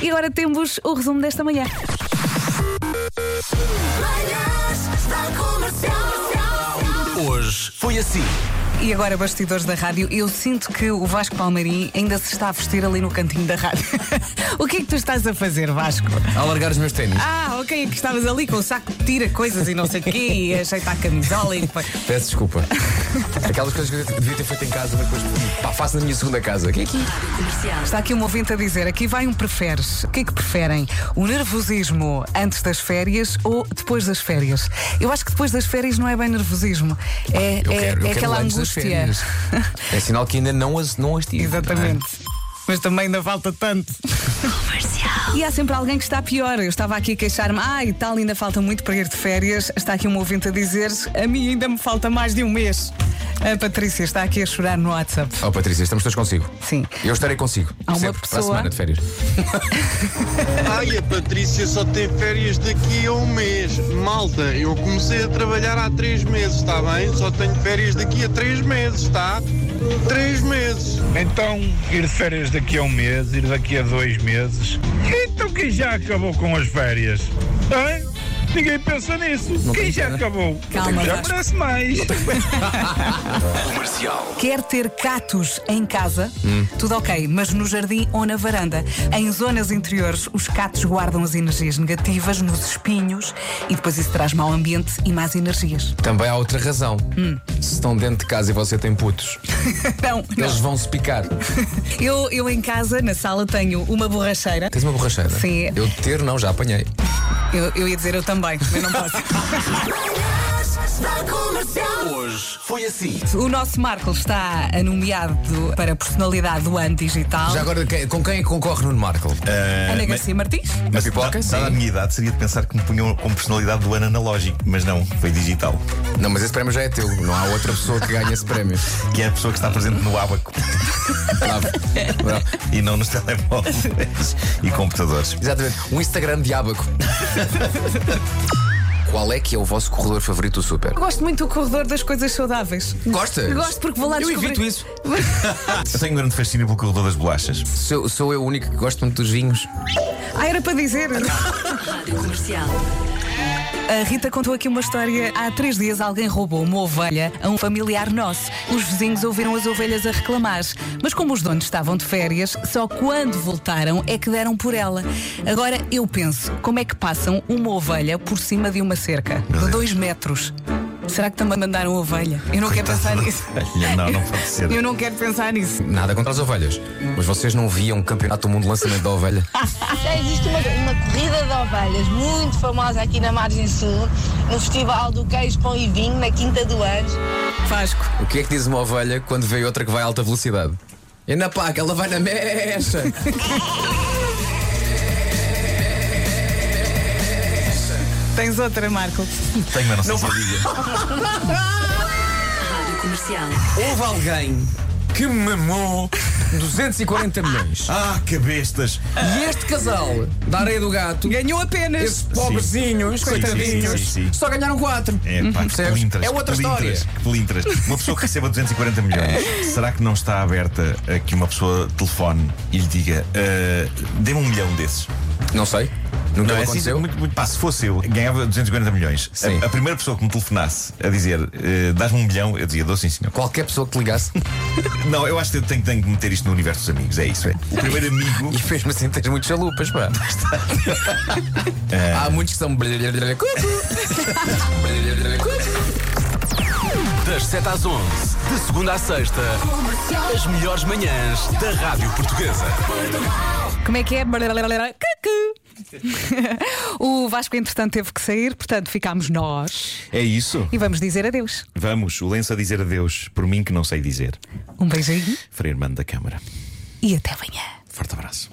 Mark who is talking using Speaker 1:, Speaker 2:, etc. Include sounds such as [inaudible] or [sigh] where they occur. Speaker 1: E agora temos o resumo desta manhã.
Speaker 2: Manhãs da Comercial.
Speaker 3: Hoje foi assim.
Speaker 1: E agora, bastidores da rádio, eu sinto que o Vasco Palmarim ainda se está a vestir ali no cantinho da rádio. [laughs] o que é que tu estás a fazer, Vasco?
Speaker 3: Ao largar os meus ténis.
Speaker 1: Ah, ok, é que estavas ali com o saco de tira coisas e não sei o quê, e ajeitar a camisola e depois.
Speaker 3: Peço desculpa. [laughs] Aquelas coisas que eu devia ter feito em casa, mas depois pá, faço na minha segunda casa. Que é que
Speaker 1: Está aqui um ouvinte a dizer, aqui vai um preferes. O que é que preferem? O nervosismo antes das férias ou depois das férias? Eu acho que depois das férias não é bem nervosismo. É,
Speaker 3: eu
Speaker 1: é-
Speaker 3: quero, eu
Speaker 1: é
Speaker 3: quero
Speaker 1: aquela
Speaker 3: antes das
Speaker 1: angústia.
Speaker 3: férias. É sinal que ainda não as, não é? as tive.
Speaker 1: [laughs] Exatamente. Mas também ainda falta tanto. E há sempre alguém que está pior. Eu estava aqui a queixar-me, ai, tal, ainda falta muito para ir de férias. Está aqui um ouvinte a dizer, a mim ainda me falta mais de um mês. A Patrícia está aqui a chorar no WhatsApp.
Speaker 3: Ah. Oh, Patrícia, estamos todos consigo.
Speaker 1: Sim.
Speaker 3: Eu estarei consigo.
Speaker 1: Há uma
Speaker 3: sempre, para a
Speaker 1: pessoa-
Speaker 3: semana de férias.
Speaker 4: Ai, a Patrícia só tem férias daqui a um mês. Malta, eu comecei a trabalhar há três meses, está bem? Só tenho férias daqui a três meses, está? Três meses.
Speaker 5: Então, ir de férias daqui a um mês, ir daqui a dois meses. Então, quem já acabou com as férias? Hã? Ninguém pensa nisso. quem já acabou?
Speaker 1: Calma,
Speaker 5: já
Speaker 1: Vasco.
Speaker 5: merece mais.
Speaker 1: Quer ter catos em casa? Tudo ok, mas no jardim ou na varanda. Em zonas interiores, os catos guardam as energias negativas nos espinhos e depois isso traz mau ambiente e más energias. [laughs]
Speaker 3: Também há outra razão.
Speaker 1: Hum.
Speaker 3: Se estão dentro de casa e você tem putos,
Speaker 1: Não,
Speaker 3: eles vão se picar.
Speaker 1: eu, eu em casa, na sala, tenho uma borracheira.
Speaker 3: Tens uma borracheira?
Speaker 1: Sim.
Speaker 3: Eu ter, não, já apanhei.
Speaker 1: Eu, eu ia dizer eu também, mas não posso.
Speaker 2: Manhãs da Comercial.
Speaker 3: Hoje foi assim.
Speaker 1: o nosso Marco está nomeado para personalidade do ano digital.
Speaker 3: Já Eh, agora, quem- com quem é concorre Nuno Marco?
Speaker 1: Ana
Speaker 6: Eh, mas-
Speaker 1: Garcia Martins.
Speaker 6: Mas
Speaker 3: pipoca,
Speaker 6: dada-
Speaker 3: sim.
Speaker 6: dada a minha idade, seria de pensar que me punham como personalidade do ano analógico, mas não, foi digital.
Speaker 3: Não, mas esse prémio já é teu. Não há outra pessoa que ganhe esse [laughs] prémio.
Speaker 6: Que é a pessoa que está presente no abaco
Speaker 3: Bravo. Bravo.
Speaker 6: e não nos [laughs] telemóveis e computadores.
Speaker 3: Exatamente. Um Instagram de ábaco. Qual é que é o vosso corredor favorito do super?
Speaker 1: Eu gosto muito do corredor das coisas saudáveis.
Speaker 3: Gostas?
Speaker 1: Gosto porque vou lá
Speaker 3: Eu
Speaker 1: descobrir.
Speaker 3: evito isso.
Speaker 6: Eu tenho um grande fascínio pelo corredor das bolachas.
Speaker 3: Sou, sou eu o único que gosto muito dos vinhos.
Speaker 1: Ah, era para dizer. A Rita contou aqui uma história. Há três dias alguém roubou uma ovelha a um familiar nosso. Os vizinhos ouviram as ovelhas a reclamar. Mas como os donos estavam de férias, só quando voltaram é que deram por ela. Agora eu penso, como é que passam uma ovelha por cima de uma cerca? de dois metros. Será que também mandaram ovelha? Eu não quero pensar
Speaker 6: Coitada da
Speaker 1: nisso.
Speaker 6: ovelha, não, não pode ser.
Speaker 1: Eu não quero pensar nisso.
Speaker 3: Nada contra as ovelhas. Mas vocês não viam o campeonato do mundo de lançamento da ovelha?
Speaker 7: Já existe uma, uma corrida de ovelhas muito famosa aqui na Margem Sul, no Festival do Queijo, Pão e Vinho, na Quinta do Anjo.
Speaker 1: Vasco.
Speaker 3: O que é que diz uma ovelha quando vê outra que vai a alta velocidade? E na pá, que ela vai na mecha.
Speaker 1: Tens outra, Marco?
Speaker 6: Tenho, mas não sei se eu diria.
Speaker 3: Houve alguém que mamou 240 milhões.
Speaker 6: Ah, que bestas!
Speaker 3: E este casal da areia do gato
Speaker 1: Ganhou apenas.
Speaker 3: Esses pobrezinhos,
Speaker 6: Sim,
Speaker 3: coitadinhos,
Speaker 6: sim, sim, sim.
Speaker 3: só ganharam 4.
Speaker 6: É, pá, que
Speaker 3: Percebes?
Speaker 6: pelintras,
Speaker 3: É
Speaker 6: que
Speaker 3: outra
Speaker 6: pelintras,
Speaker 3: história.
Speaker 6: que pelintras. Uma pessoa que receba 240 milhões, será que não está aberta a que uma pessoa telefone e lhe diga: ah, dê-me um milhão desses?
Speaker 3: Não sei. Nunca
Speaker 6: Não,
Speaker 3: me
Speaker 6: é assim,
Speaker 3: aconteceu.
Speaker 6: muito, muito, pá, se fosse eu, ganhava 240 milhões. A-
Speaker 3: Sim.
Speaker 6: A, primeira pessoa que me telefonasse a dizer eh, dás-me um milhão, eu dizia dou sim, senhor.
Speaker 3: Qualquer pessoa que te ligasse [laughs]
Speaker 6: Não, eu acho que eu tenho, tenho que meter isto no universo dos amigos, é isso. É. O primeiro amigo.
Speaker 3: e fez-me assim, tens muitos chalupas, pá.
Speaker 6: É.
Speaker 3: Há muitos que são.
Speaker 8: Das 7 às 11, de segunda à sexta, as melhores manhãs da Rádio Portuguesa.
Speaker 1: Como é que é? Baralalalara. Cucu. [laughs] o Vasco, entretanto, teve que sair, portanto, ficámos nós
Speaker 6: [laughs] É isso.
Speaker 1: e vamos dizer adeus.
Speaker 6: Vamos, o lenço a dizer adeus, por mim que não sei dizer.
Speaker 1: Um beijinho
Speaker 6: Frei Irmão da Câmara.
Speaker 1: e até amanhã.
Speaker 6: Forte abraço.